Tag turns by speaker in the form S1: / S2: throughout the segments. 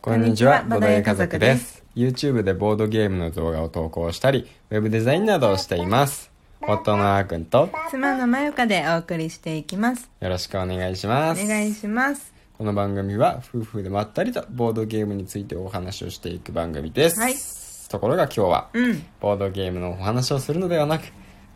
S1: こんにちは、ボドゲ家族です。YouTube でボードゲームの動画を投稿したり、ウェブデザインなどをしています。夫のあーくんと、
S2: 妻のまゆかでお送りしていきます。
S1: よろしくお願いしま
S2: お
S1: す。
S2: 願いします。
S1: この番組は、夫婦でまったりとボードゲームについてお話をしていく番組です。
S2: はい
S1: ところが今日は、
S2: うん。
S1: ボードゲームのお話をするのではなく、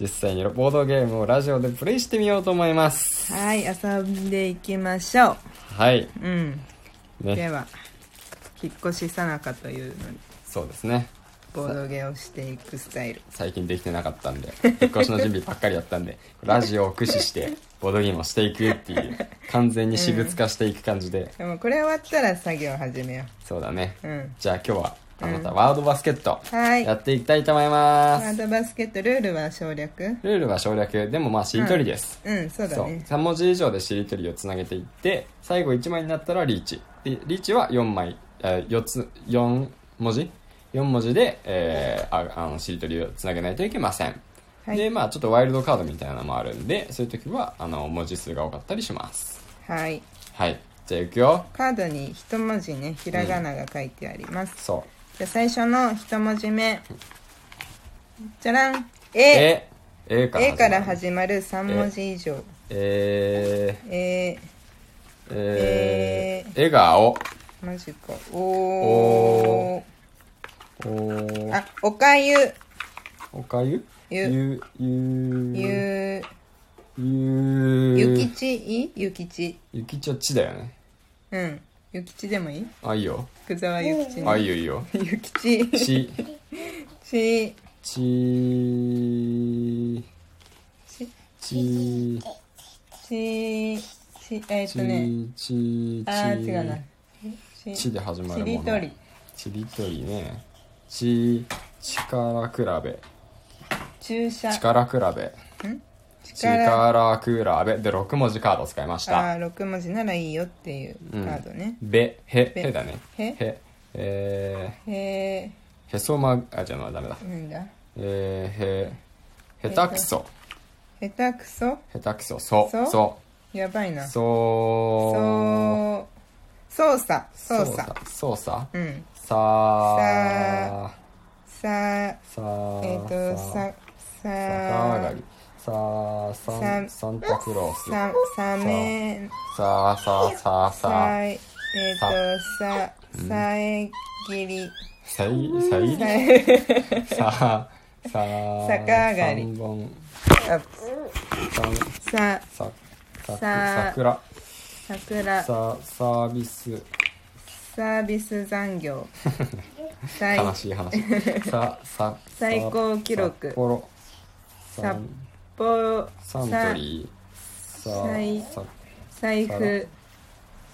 S1: 実際にボードゲームをラジオでプレイしてみようと思います。
S2: はい、遊んでいきましょ
S1: はい。
S2: う。うん。で
S1: ね。
S2: は、引っ越しさなかというのに
S1: そうですね。
S2: ボードゲをしていくスタイル。
S1: 最近できてなかったんで引っ越しの準備ばっかりやったんでラジオを駆使してボードゲームをしていくっていう完全に私物化していく感じで、
S2: でもこれ終わったら作業始めよ
S1: そうだね、
S2: う。うん。
S1: じゃあ今日はあなたワードバスケット
S2: はい
S1: やっていきたいと思いま
S2: ワ
S1: す、
S2: ードバスケットルールは省略
S1: ルールは省略でもまあしりとりです、
S2: うん、そうだ
S1: そう
S2: ね。
S1: 3文字以上でしりとりをつなげていって最後1枚になったらリーチでリーチは4枚、えー、4つ4文字4文字で、えーああのしりとりをつなげないといけません、
S2: はい
S1: でまあちょっとワイルドカードみたいなのもあるんでそういう時はあの文字数が多かったりします
S2: はい。
S1: はいじゃあいくよ
S2: カードに一文字ね、ひらがなが書いてあります。
S1: そ
S2: じゃあ最初の一文字目。じゃらん。
S1: う
S2: A。
S1: え A から
S2: A から
S1: 始まる
S2: 始まる3文字以上。
S1: えー、
S2: え
S1: えー
S2: え
S1: えが青
S2: ー、マジか。おー。
S1: おー
S2: あ、おかゆ、
S1: おかゆ
S2: ゆ
S1: ゆゆ
S2: ゆ、
S1: ゆ
S2: ゆきちいゆきち。
S1: ゆきちはちだよね
S2: うん。ゆきちでもいい
S1: あいいよ
S2: 福沢ゆきち。
S1: あいいよいい よ
S2: ゆきち。
S1: ち
S2: ち、
S1: ち
S2: ち、
S1: ち
S2: ち、ち、えーっとね。
S1: ちち
S2: あー、違うな。ち
S1: ち
S2: ち
S1: で始まる
S2: り
S1: も
S2: と
S1: の
S2: り。
S1: ちりとりねち力比べ
S2: 注射。
S1: 力比べ
S2: 力。
S1: 力比べで6文字カード使いまし
S2: あ
S1: た
S2: ー、6文字ならいいよっていうカードね。
S1: べへ
S2: べ
S1: へだね
S2: へ
S1: へえ
S2: へ
S1: ーへそまあじゃあまあダメだ
S2: ー、なんだ。
S1: えーへへたくそ
S2: 下手くそ
S1: へたくそそ
S2: そ
S1: そ
S2: やばいな。そう。
S1: そう
S2: 操作。
S1: そ
S2: 操
S1: う
S2: 作。
S1: さそうさ
S2: うん。
S1: さあ
S2: さあ。
S1: さあ
S2: えっ、ー、と、さ、
S1: さあが
S2: さ、
S1: りさあサン
S2: さ
S1: サンタクロース
S2: さ、さめ、
S1: さあさあさあさあ
S2: さ、えっ、ー、と、さ、さえぎり、
S1: さいさい
S2: さえ、
S1: さあさあ
S2: 逆上がり
S1: 三本
S2: あ
S1: 三
S2: さ、
S1: ささ
S2: さあ
S1: 桜
S2: 桜、サ
S1: さサービス
S2: ービス残業、最、
S1: 悲しい話ささ
S2: 最高記録
S1: 札幌
S2: 札ぽ、
S1: サンサントリー
S2: 最
S1: ささ
S2: 財布、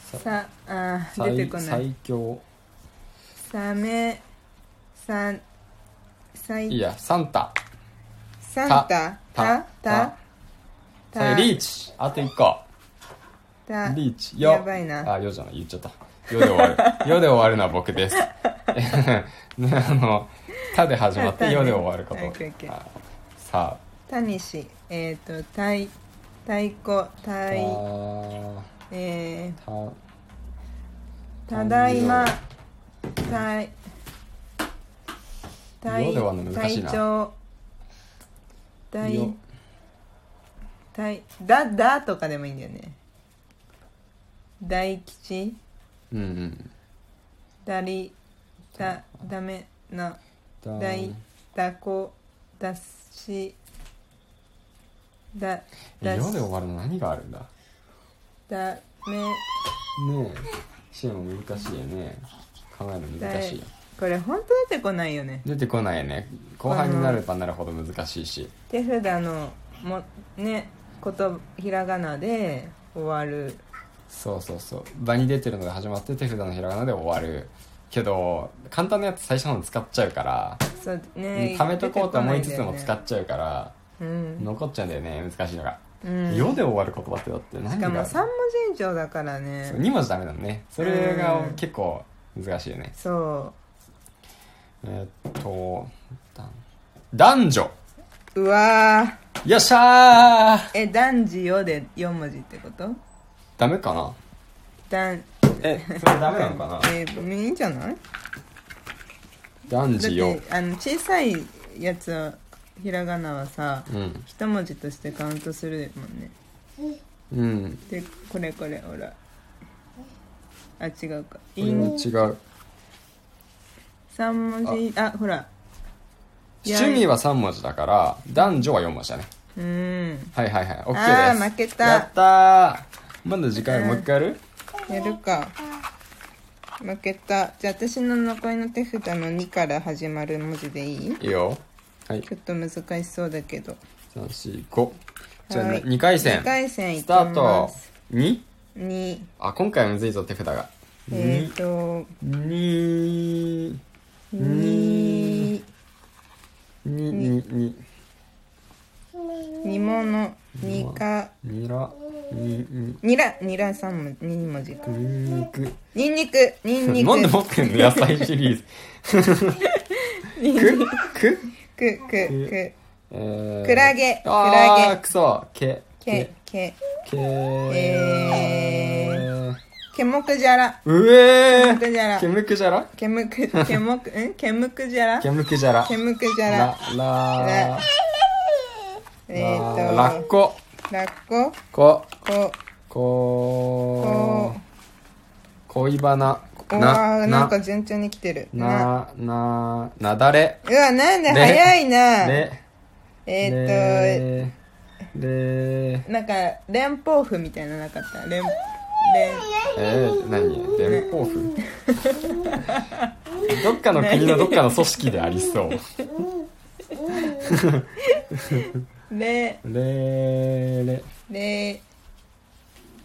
S1: さ
S2: さ、あー、
S1: 最
S2: 出てこない。
S1: 最強
S2: さめ、さ、さ
S1: い
S2: い、
S1: やサンタ
S2: サンタ、
S1: た
S2: た、た、
S1: さリーチあと一個
S2: た、
S1: リーチ
S2: やばいな
S1: あよじゃない言っちゃったよで終わ るよで終わるのは僕です ねあの「た」で始まって「よ」で終わるかと
S2: はいオッケーオッケー
S1: あさ
S2: たにし、えっ、ー、と、たい、太鼓、
S1: あ
S2: たい、え
S1: たた
S2: ー、ただいま、たい、た
S1: よ
S2: い
S1: で終わるの、難しい
S2: 体
S1: な
S2: 調、たい
S1: よ、
S2: たい、だ、だとかでもいいんだよね。大吉、
S1: うんうん
S2: だり、だ、だめ、な、
S1: だ
S2: だい、だこ、だし、だ、
S1: え
S2: だし
S1: よで終わるの何があるんだね
S2: だめ、
S1: えシーンも難しいよね考えるの難しいよ
S2: これ本当出てこないよね
S1: 出てこないね後半になればなるほど難しいし
S2: 手札のもねことひらがなで終わる
S1: そうそうそう場に出てるので始まって手札のひらがなで終わるけど簡単なやつ最初の方に使っちゃうから
S2: そうね
S1: 貯めとこうと思いつつも使
S2: っ
S1: っちゃうから
S2: うん、
S1: 残っちゃうんだよね難しいのが
S2: うん、
S1: 「よ」で終わる言葉ってだって
S2: し
S1: 何
S2: かも
S1: が
S2: 3文字以上だからね
S1: 2文字ダメなのねそれが
S2: うん
S1: 結構難しいよね
S2: そ
S1: えっとだん男女
S2: ううわ
S1: よっしゃー
S2: ーえ男児よで4文字ってこと
S1: ダメかな
S2: 男
S1: え、それダメなの かな
S2: えーいいんじゃない
S1: 男
S2: だっ
S1: 児よ
S2: て。あの小さいやつはひらがなはさ
S1: うん。
S2: 一文字としてカウントするもんね
S1: うん。
S2: でこれこれほらあ違うか
S1: これ
S2: イ
S1: は
S2: ン
S1: 違う。
S2: 三文字あほらいや
S1: 趣味は3文字だから、男女は4文字だね。
S2: うん
S1: はいはいはい。OK です。
S2: あー負けた
S1: やったー。まだ時間、もう一回やる
S2: やるか負けたじゃあ私の残りの手札の2から始まる文字でいい
S1: いいよ。はい
S2: ち。ょっと難しそうだけど
S1: 3、4、5。じゃあ、
S2: はい
S1: 2回戦
S2: 2。回戦い
S1: ス
S2: き
S1: ター
S2: ま
S1: ト
S2: す。
S1: 2?
S2: 2
S1: あ、今回はむずいぞ、手札が。
S2: えっ、
S1: 2、
S2: と
S1: 2、
S2: 2
S1: 2、2、
S2: 煮物煮か
S1: ニラ、ニ、
S2: ニラニラ3文字2文字か
S1: ニンニク。
S2: ニンニクニンニ
S1: なんで
S2: ク
S1: 持ってんの野菜シリーズ。く、く、
S2: くくく
S1: えー
S2: クラゲク
S1: あー
S2: ラ
S1: くそ、け、
S2: ゲけ、け、
S1: け、
S2: えけもくじゃら
S1: うえ
S2: けむくじゃ
S1: ー
S2: ら
S1: けむくじゃら
S2: けむく けもくんけむくじゃら
S1: けむくじゃら。
S2: けむくじゃ
S1: ら
S2: ら、
S1: ら、
S2: えーと
S1: らっこ、
S2: ラッコ
S1: こ、
S2: こ
S1: こ
S2: こ、
S1: 恋バナ、
S2: おわーなんか順調に来てるな
S1: な、な、なだれ、
S2: うわなんで
S1: れ
S2: 早いな
S1: れ、
S2: えーっ
S1: と、れ、
S2: となんか連邦府みたいなのなかった連連
S1: えー、何連邦 府どっかの国のどっかの組織でありそう。
S2: レ
S1: レレ
S2: レ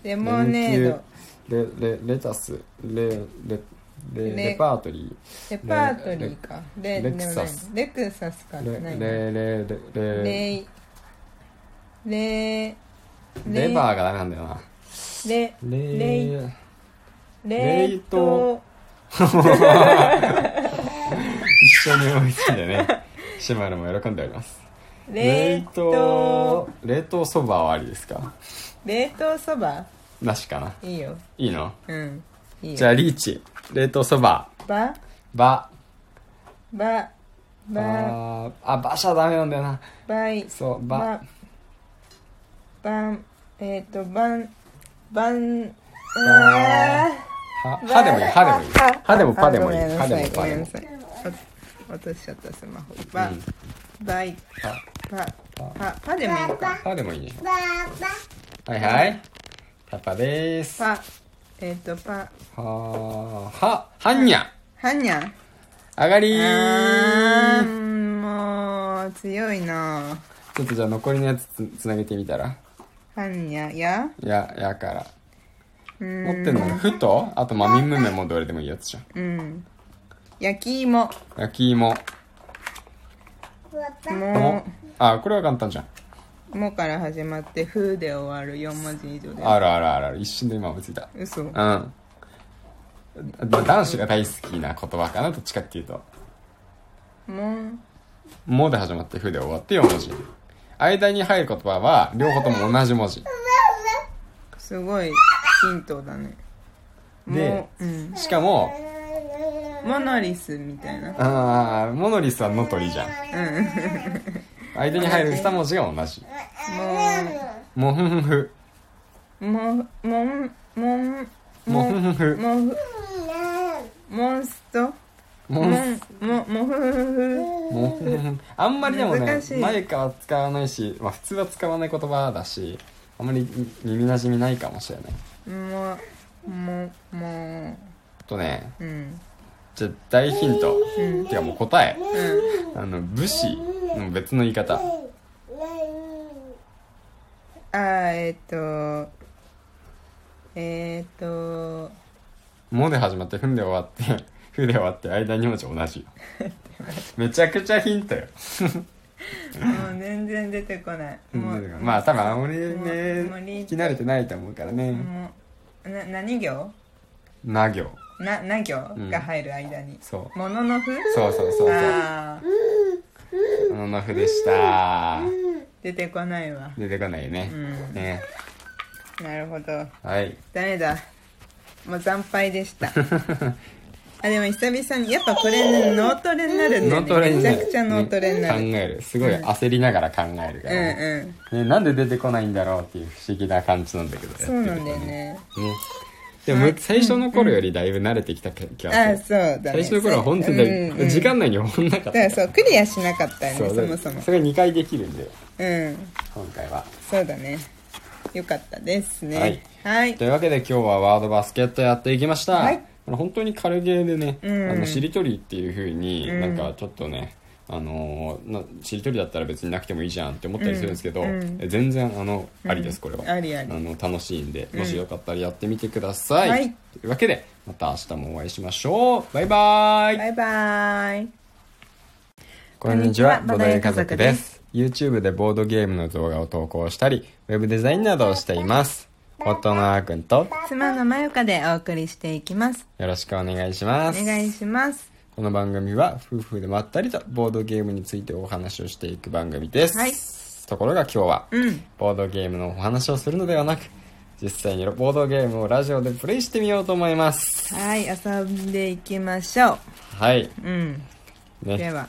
S2: レモネード
S1: レレレタスレレレ
S2: レ
S1: レパートリ
S2: レパートリーかレ
S1: レクサス
S2: でもないレクサスか
S1: ーレ
S2: ないレ
S1: レレレレ
S2: レレ
S1: レバーがダメなんだよな
S2: レ
S1: レ
S2: レ
S1: レ
S2: レ
S1: 冷
S2: 冷
S1: 凍
S2: 凍
S1: 一緒に思いついてねシマルも喜んでおります
S2: 冷凍
S1: 冷凍そばはありですか
S2: 冷凍そば
S1: なしかない
S2: いよ
S1: いいの
S2: うんいい
S1: じゃ
S2: よ
S1: あリーチ冷凍そば
S2: ば
S1: ば
S2: ばば
S1: ばあ馬車ダメなんだよな
S2: ばい
S1: そうば
S2: ばばんえっとばんばんうわー
S1: は歯でもいい歯でもいい歯でもパでもいい
S2: あごめん
S1: 歯
S2: な
S1: で
S2: さ
S1: もパ
S2: いご
S1: でも
S2: めんなさいお落としちゃったスマホば
S1: うん
S2: ばい
S1: 歯
S2: ばパパでもいいのか
S1: パでもいいねはいはいパパですは
S2: パえっ、とパ
S1: ははんにゃ
S2: はにゃ
S1: 上がり
S2: あーもう強いな
S1: ちょっとじゃあ残りのやつつつなげてみたら
S2: はにゃや
S1: ややから
S2: う
S1: 持っ
S2: ん
S1: てんのがふとあとまみむめもどれでもいいやつじゃん
S2: うん焼き芋
S1: 焼き芋
S2: も
S1: あこれは簡単じゃん
S2: うもから始まってふで終わる四文字以上で
S1: あるあるあるある一瞬で今思いついた
S2: 嘘
S1: うんだ男子が大好きな言葉かなどっちかっていうと
S2: もう
S1: 「も」で始まって「ふ」で終わって4文字間に入る言葉は両方とも同じ文字
S2: すごいヒントだね
S1: で
S2: もう、うん、
S1: しかも
S2: モノリスみたいな
S1: あーモノリスは「の」と「り」じゃん間に入る2文字が同じ「もふんふ
S2: もうもんもん」
S1: 「もふんふ
S2: もうモンスト」
S1: 「も
S2: も
S1: ん
S2: んももふふ
S1: もふんふん」あんまりでもね
S2: 難しい
S1: 前から使わないし、まあ、普通は使わない言葉だしあんまり耳なじみないかもしれない
S2: ふももも
S1: あとね
S2: うん
S1: じゃあ大ヒント、てかもう答え
S2: うん
S1: あの武士の別の言い方
S2: あーえっ、とえっ、と
S1: 「も」で始まって「ふん」で終わって 「ふ」で終わって間に文字同じよめちゃくちゃヒントよ
S2: もう全然出てこないもう
S1: まあ多分あんまりね
S2: もう
S1: 聞き慣れてないと思うからね
S2: もうな何行
S1: 「な行
S2: な何行が入る間に、」
S1: そう
S2: もののふ
S1: そうそうそうそう
S2: あ
S1: 「
S2: あ
S1: ののふ」でした
S2: 出てこないわ
S1: 出てこないよね
S2: うん
S1: ね
S2: なるほど
S1: はい
S2: ダメだもう惨敗で したあでも久々にやっぱこれね脳トレになるんだよ
S1: 脳トレ
S2: ねめ
S1: に
S2: ち
S1: な
S2: ゃ
S1: る
S2: くちゃ脳トレになる、
S1: ね考えるすごい焦りながら考えるからね,、
S2: うんうん
S1: ねなんで出てこないんだろうっていう不思議な感じなんだけど
S2: そうなんだよね
S1: ねでも最初の頃よりだいぶ慣れてきた気
S2: あ
S1: がす
S2: そうだね
S1: る最初の頃は本当に
S2: うんうん
S1: 時間内に終わんなか
S2: だ
S1: っ
S2: から
S1: た
S2: そうクリアしなかったよ
S1: そ
S2: ね
S1: う
S2: そもそも
S1: それが2回できるんで
S2: うん
S1: 今回は
S2: そうだねよかったですね
S1: はい
S2: はい
S1: というわけで今日はワードバスケットやっていきました、
S2: はい
S1: 本当に軽ゲーでね、
S2: うん
S1: あのしりとりっていうふうになんかちょっとね、あのーなしりとりだったら別になくてもいいじゃんって思ったりするんですけど、
S2: うんうん
S1: え全然あの、ありですこれは
S2: ありあり
S1: の楽しいんで
S2: ん
S1: もしよかったらやってみてください、
S2: はい
S1: というわけでまた明日もお会いしましょうバイバイ
S2: バイバイ
S1: こんにちは、ボド
S2: こんにちは
S1: ゲ家族です。YouTube でボードゲームの動画を投稿したり、ウェブデザインなどをしています。夫のあーくんと、
S2: 妻のまゆかでお送りしていきます
S1: よろしくお願いしま
S2: お
S1: す。
S2: 願いします
S1: この番組は、夫婦でまったりとボードゲームについてお話をしていく番組です。
S2: はい
S1: ところが今日は、
S2: うん
S1: ボードゲームのお話をするのではなく、実際にボードゲームをラジオでプレイしてみようと思います。
S2: はい遊んでいきましょ
S1: はい。
S2: ううんで
S1: ね。
S2: は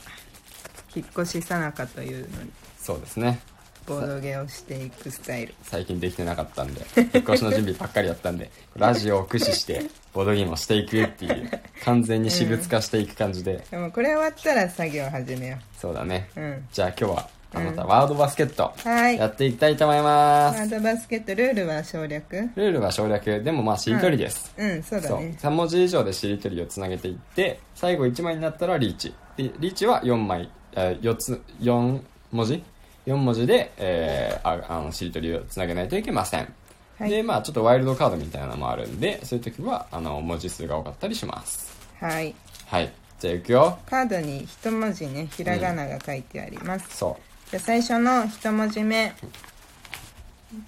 S2: 引っ越しさなかというのに
S1: そうですね。
S2: ボードゲーをしていくスタイル
S1: 最近できてなかったんで引っ越しの準備ばっかりやったんでラジオを駆使してボードゲームをしていくっていう完全に私物化していく感じで、
S2: でもこれ終わったら作業始めよ
S1: そうだね、
S2: ううん
S1: じゃあ今日はあなたワードバスケット
S2: はい
S1: やっていきたいと思います、
S2: ハードバスケットルールは省略
S1: ルールは省略でもまあしりとりです、
S2: うんそうだ
S1: そう
S2: ね
S1: 3文字以上でしりとりをつなげていって最後1枚になったらリーチでリーチは4枚4つ4文字4文字で、えーああのしりとりをつなげないといけません、
S2: はい
S1: でまあちょっとワイルドカードみたいなのもあるんでそういう時はあの文字数が多かったりします
S2: はい
S1: はいじゃあいくよ
S2: カードに一文字ねひらがなが書いてあります、
S1: そ
S2: じゃあ最初の一文字目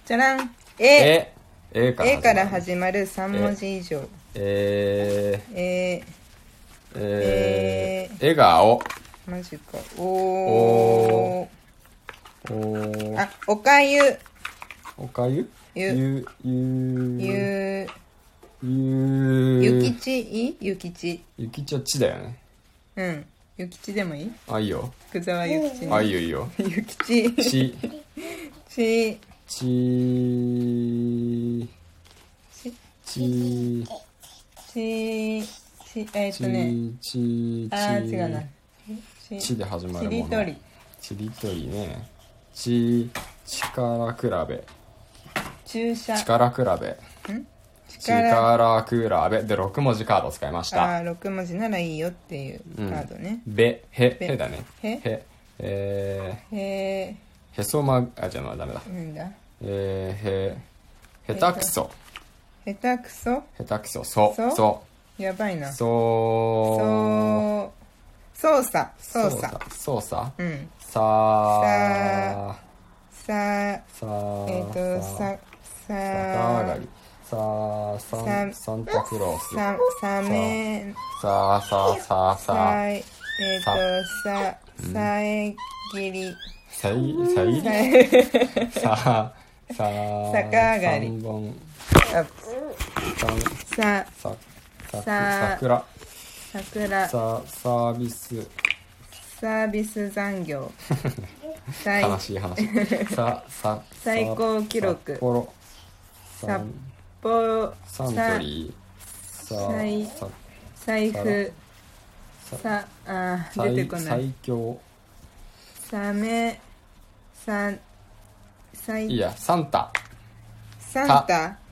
S2: じゃらん
S1: う
S2: A
S1: A A から
S2: A から
S1: 始まる
S2: 始まる3文字以上
S1: えー、
S2: え
S1: えー、えが青
S2: ー、マジかおー
S1: おー
S2: あおかゆ
S1: おかゆ
S2: ゆ
S1: ゆゆ
S2: ゆ
S1: ゆ
S2: ゆきちいゆきち
S1: ゆきちはちだよね
S2: うんゆきちでもいい
S1: あいいよ
S2: 福沢ゆきち
S1: あ
S2: ね
S1: いいよいいよ
S2: ゆきち
S1: ち
S2: ち
S1: ちち
S2: ちちちえーっとね
S1: ちち
S2: あー違うな
S1: ち
S2: ちち
S1: で始まる
S2: り
S1: も
S2: と
S1: の
S2: り
S1: ちりとりねち力比べ
S2: 注射
S1: 力比べ
S2: 力
S1: 力比べで6文字カード使いまし
S2: あ
S1: た
S2: ー6文字ならいいよっていうカードね、
S1: べへ
S2: べ
S1: へだね
S2: へ
S1: へえ
S2: へ
S1: ーへそまあじゃあダメだ
S2: えなんだ
S1: えーへへたくそ
S2: 下手くそ
S1: へたくそそ
S2: そ
S1: そ
S2: やばいな
S1: そ
S2: そう操作操作
S1: 操作
S2: うん
S1: さあ
S2: さえ
S1: さ
S2: っ、
S1: あ
S2: とさ
S1: さあが
S2: さ
S1: りさあサン
S2: さ
S1: サンタクロース
S2: ささめ
S1: さあさあさあさ
S2: さ
S1: あ
S2: えっ、とささえぎり
S1: さいさい
S2: さえ
S1: さあさあ
S2: 逆上がり
S1: 三本
S2: あ
S1: 三
S2: さ
S1: ささ
S2: さあ
S1: 桜
S2: 桜サ
S1: さサービス
S2: ービス 残業最
S1: 悲しい話ささ
S2: 最高記録
S1: 札幌さ
S2: 札幌
S1: サン
S2: さ
S1: トリ
S2: 最
S1: ーさ
S2: 財布
S1: ささ
S2: さあー
S1: 最
S2: 出てこない
S1: 最強
S2: サメサンサ
S1: い
S2: イ
S1: いやサンタ
S2: サンタ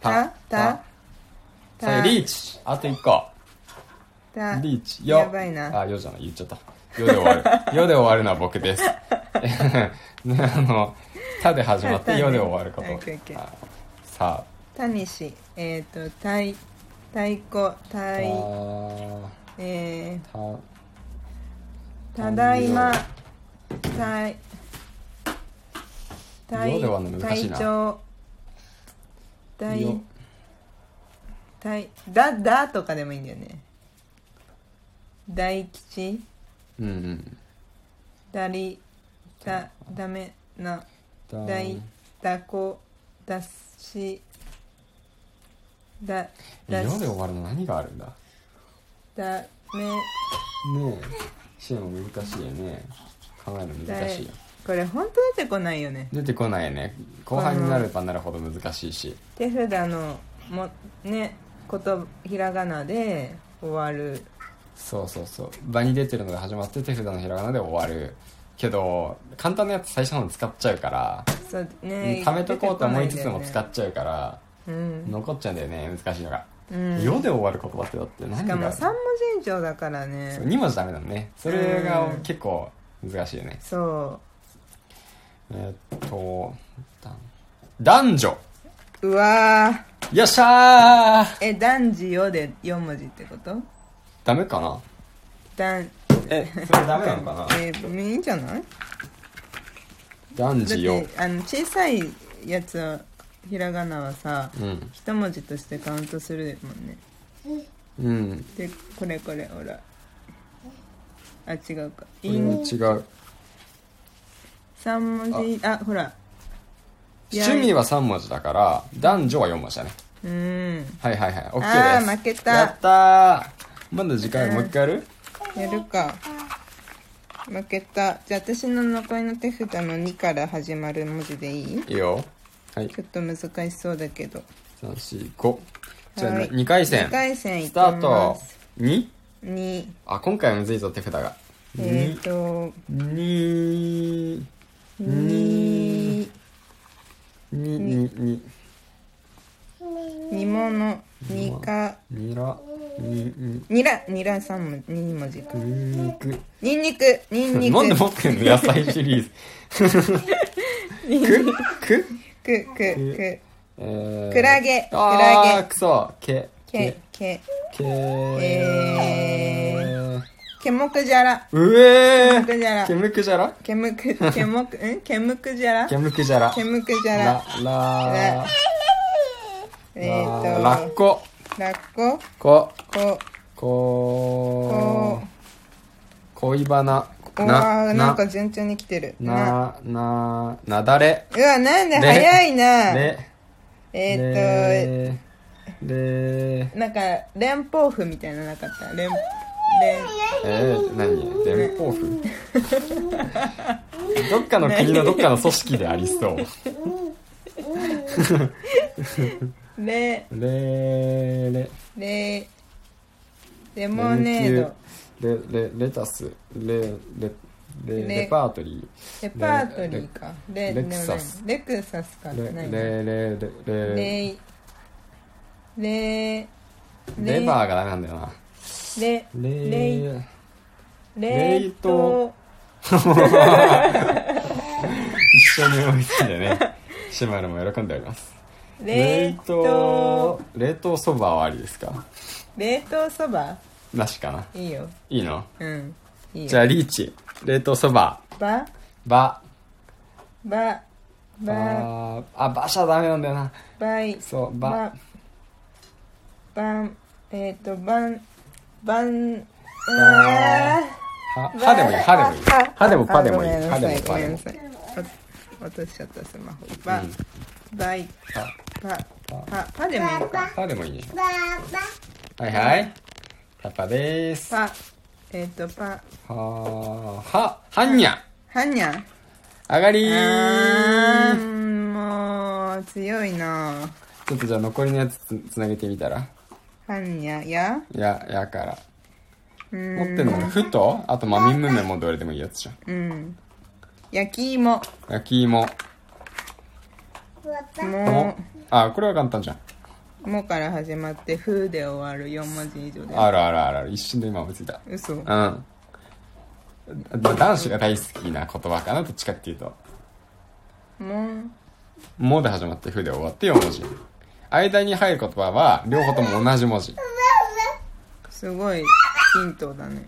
S2: タタ
S1: さあリーチあと一個
S2: タ
S1: リーチ
S2: やばいな
S1: あよじゃない言っちゃったよで終わるよで終わるのは僕です ねあの「た」で始まって「よ」で終わるこ
S2: オッケーオッケ
S1: と
S2: ー
S1: あさ
S2: タニシえっ、ー、とタイ太鼓
S1: あ
S2: タイえ
S1: たた
S2: ー、ただいまタイタ
S1: よ
S2: イ
S1: ではね難しい
S2: 隊
S1: な
S2: 長タイ
S1: よ
S2: タイだだとかでもいいんだよね大吉
S1: うんうん
S2: だりだだめな
S1: だ
S2: だいだこだしだだ
S1: 色で終わるの何があるんだね
S2: だめ
S1: えシェも難しいよね考えるの難しいよ
S2: これ本当出てこないよね
S1: 出てこないね後半になればなるほど難しいし
S2: 手札のもねことひらがなで終わる
S1: そうそうそう場に出てるので始まって手札のひらがなで終わるけど簡単なやつ最初の方に使っちゃうから
S2: そうね
S1: 貯めとこうと思いつつも使
S2: っ
S1: っちゃうから
S2: うん、
S1: 残っちゃうんだよね難しいのが
S2: うん、
S1: 世で終わる言葉ってだって
S2: し
S1: 何
S2: かも
S1: が
S2: 3文字以上だからね
S1: 2文字ダメなのねそれが
S2: うん
S1: 結構難しいよね
S2: そ
S1: えっとだ男女
S2: ううわー
S1: よっしゃー
S2: え男児よで4文字ってこと
S1: ダメかな
S2: 男
S1: えそれダメなのかな
S2: えー、いいんじゃない
S1: 男
S2: だっ
S1: 児よ
S2: てあの小さいやつはひらがなはさ
S1: うん
S2: 一文字としてカウントするもんね
S1: うん
S2: でこれこれほらあ違うか
S1: これ
S2: い
S1: も
S2: ん
S1: 違う
S2: 三文字あほらいや
S1: 趣味は3文字だから男女は4文字だね
S2: うーん
S1: はいはいはいオッケ
S2: あ
S1: ー
S2: あ
S1: です
S2: 負け
S1: やったたーまだ時間あるもう一回やる
S2: やるか負けたじゃあ私の残りの手札の2から始まる文字でいい
S1: いいよはい
S2: ちょっと難しそうだけど
S1: 345じゃあ
S2: はい
S1: 2回戦
S2: 2回戦い
S1: ス
S2: き
S1: ター
S2: ま
S1: ト
S2: す
S1: 2
S2: 2
S1: あ今回はむずいぞ手札が
S2: えっ、
S1: 2
S2: と
S1: 2
S2: 2
S1: 2 2
S2: 煮物ニカ
S1: ニラニ
S2: ニラニラ3文字2文字か
S1: ニク
S2: ニンニクニンニ
S1: なんで
S2: ク
S1: 持ってんの野菜シリーズくく
S2: くくく
S1: えー
S2: クラゲクラ
S1: あ
S2: ゲ
S1: ーくそけ
S2: けけ
S1: け
S2: えけもくじゃら
S1: うえ
S2: けむくじゃら
S1: ーけむくじゃら
S2: けむくけもくんけむくじゃら
S1: けむくじゃら
S2: けむくじゃ
S1: ら
S2: ら
S1: ら
S2: えっ
S1: ら
S2: と
S1: らっこ
S2: ラッコ
S1: こ
S2: こ
S1: こ
S2: こ
S1: 恋バナ
S2: うわーなんか順調に来てるな
S1: なななだれ
S2: うわなんで
S1: れ
S2: 早いな
S1: れ
S2: えーっ
S1: とれ
S2: となんか連邦譜みたいなのなかった連連
S1: えー、何連邦 府どっかの国のどっかの組織でありそう
S2: レ
S1: レレ
S2: レレモネード
S1: レレレタスレレレ
S2: レ
S1: レパートリ
S2: レパートリーかレ
S1: レクサス
S2: レクサスか
S1: ーレ
S2: ない
S1: レレレレ
S2: レレイレ
S1: レバーがダメなんだよな
S2: レ
S1: レ
S2: レイ
S1: レ
S2: レ
S1: イ
S2: イ
S1: ト
S2: ト
S1: 一緒に思いついてね シマルも喜んでおります
S2: 冷凍
S1: 冷凍そばはありですか
S2: 冷凍そば
S1: なしかない
S2: いよ
S1: いいの
S2: うんいい
S1: じゃ
S2: よ
S1: あリーチ冷凍そば
S2: ば
S1: ば
S2: ばば
S1: ばあ馬車ダメなんだよな
S2: ばい
S1: そうば
S2: ばばんえっとばんばんうわー
S1: は歯でもいい歯でもいい歯でもパでもいい
S2: あ
S1: 歯でも
S2: ご
S1: パ
S2: め
S1: でも
S2: んなさいごめんなさいお落としちゃったスマホば、
S1: うん
S2: ばい
S1: 歯
S2: ばパパでもいいのか
S1: 歯でもいいでしょはいはいパパですは
S2: パえっ、とパ
S1: ははんにゃ
S2: はにゃ
S1: 上がり
S2: あーもう強いな
S1: ちょっとじゃあ残りのやつつつなげてみたら
S2: はにゃや
S1: ややから
S2: う
S1: 持って
S2: ん
S1: るのがふとあとまみむめもどれでもいいやつじゃん
S2: うん焼き芋
S1: 焼き芋
S2: も
S1: もあこれは簡単じゃん
S2: うもから始まってふで終わる四文字以上で
S1: あるあるあるある一瞬で今思いついた
S2: 嘘
S1: うんだ男子が大好きな言葉かなどっちかっていうと
S2: もん
S1: 「も」で始まって「ふ」で終わって4文字間に入る言葉は両方とも同じ文字
S2: すごいヒントだね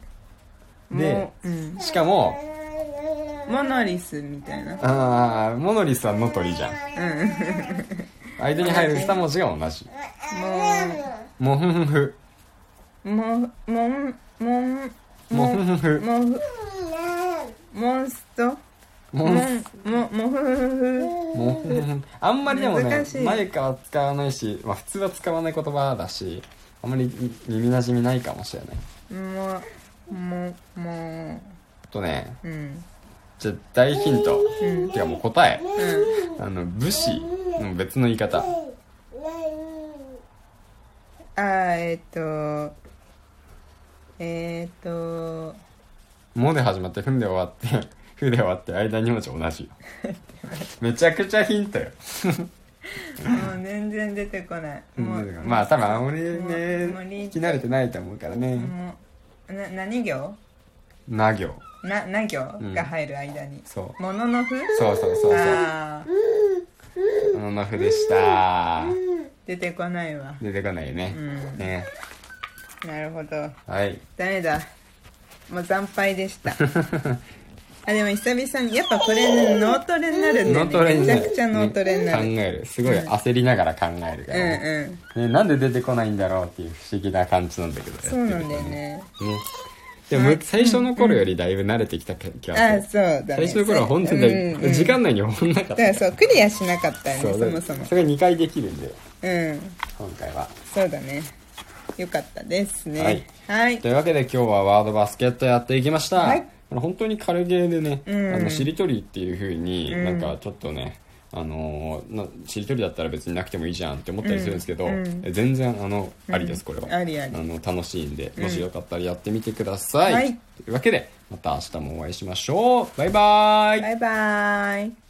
S1: で
S2: もう、うん、
S1: しかも
S2: モノリスみたいな
S1: あーモノリスは「の」と「り」じゃん間に入る2文字が同じ「もふんふ
S2: もうもんもん」
S1: 「もふんふ」
S2: もうモンスト
S1: 「も
S2: も
S1: ん
S2: ももふふふ
S1: もうあんまりでもね
S2: 難しい
S1: 前から使わないし、まあ、普通は使わない言葉だしあんまり耳なじみないかもしれない
S2: ふももも
S1: あとね
S2: うん
S1: じゃあ大ヒント、
S2: うん
S1: てかもう答え
S2: うん
S1: あの武士の別の言い方
S2: あーえっとえっと
S1: 「も」で始まって「ふん」で終わって 「ふ」で終わって間2文字同じよめちゃくちゃヒントよ
S2: もう全然出てこないもう
S1: まあ多分青森ね
S2: もう
S1: 聞き慣れてないと思うからね
S2: もうな何行
S1: 「な行
S2: な何行
S1: うん
S2: が入る間に」
S1: そう
S2: もののふ
S1: そうそうそうそ
S2: ああ
S1: う「ののふ」でした
S2: 出てこないわ
S1: 出てこないよね、
S2: うん
S1: ね
S2: なるほど
S1: はい
S2: ダメだもう惨敗 でしたあでも久々にやっぱこれね脳トレになるんだよ
S1: 脳
S2: ね
S1: トレになる
S2: めちゃくちゃ脳トレになる、
S1: ね考えるすごい焦りながら考えるからね、
S2: うんうん
S1: ね、なんで出てこないんだろうっていう不思議な感じなんだけど
S2: そうな
S1: や
S2: んだよ
S1: ってる
S2: ね
S1: とねねでも最初の頃よりだいぶ慣れてきた気気
S2: あ
S1: が
S2: あ
S1: す
S2: そうだね
S1: る最初の頃は本当にだいぶ
S2: うんうん
S1: 時間内に終わんなかっ
S2: だから
S1: た
S2: そうクリアしなかったよね
S1: そう
S2: そ
S1: だ
S2: もそも
S1: それが2回できるんで
S2: うん
S1: 今回は
S2: そうだねよかったですね
S1: はい
S2: はい
S1: というわけで今日はワードバスケットやっていきました、
S2: はい
S1: 本当に軽ゲーでね、
S2: うん
S1: あのしりとりっていうふうになんかちょっとね、あのーなしりとりだったら別になくてもいいじゃんって思ったりするんですけど、
S2: うんうん
S1: え全然あの、ありですこれは
S2: ありあり
S1: の楽しいんでもしよかったらやってみてください、
S2: はい
S1: というわけでまた明日もお会いしましょうバイバイ
S2: バイバイ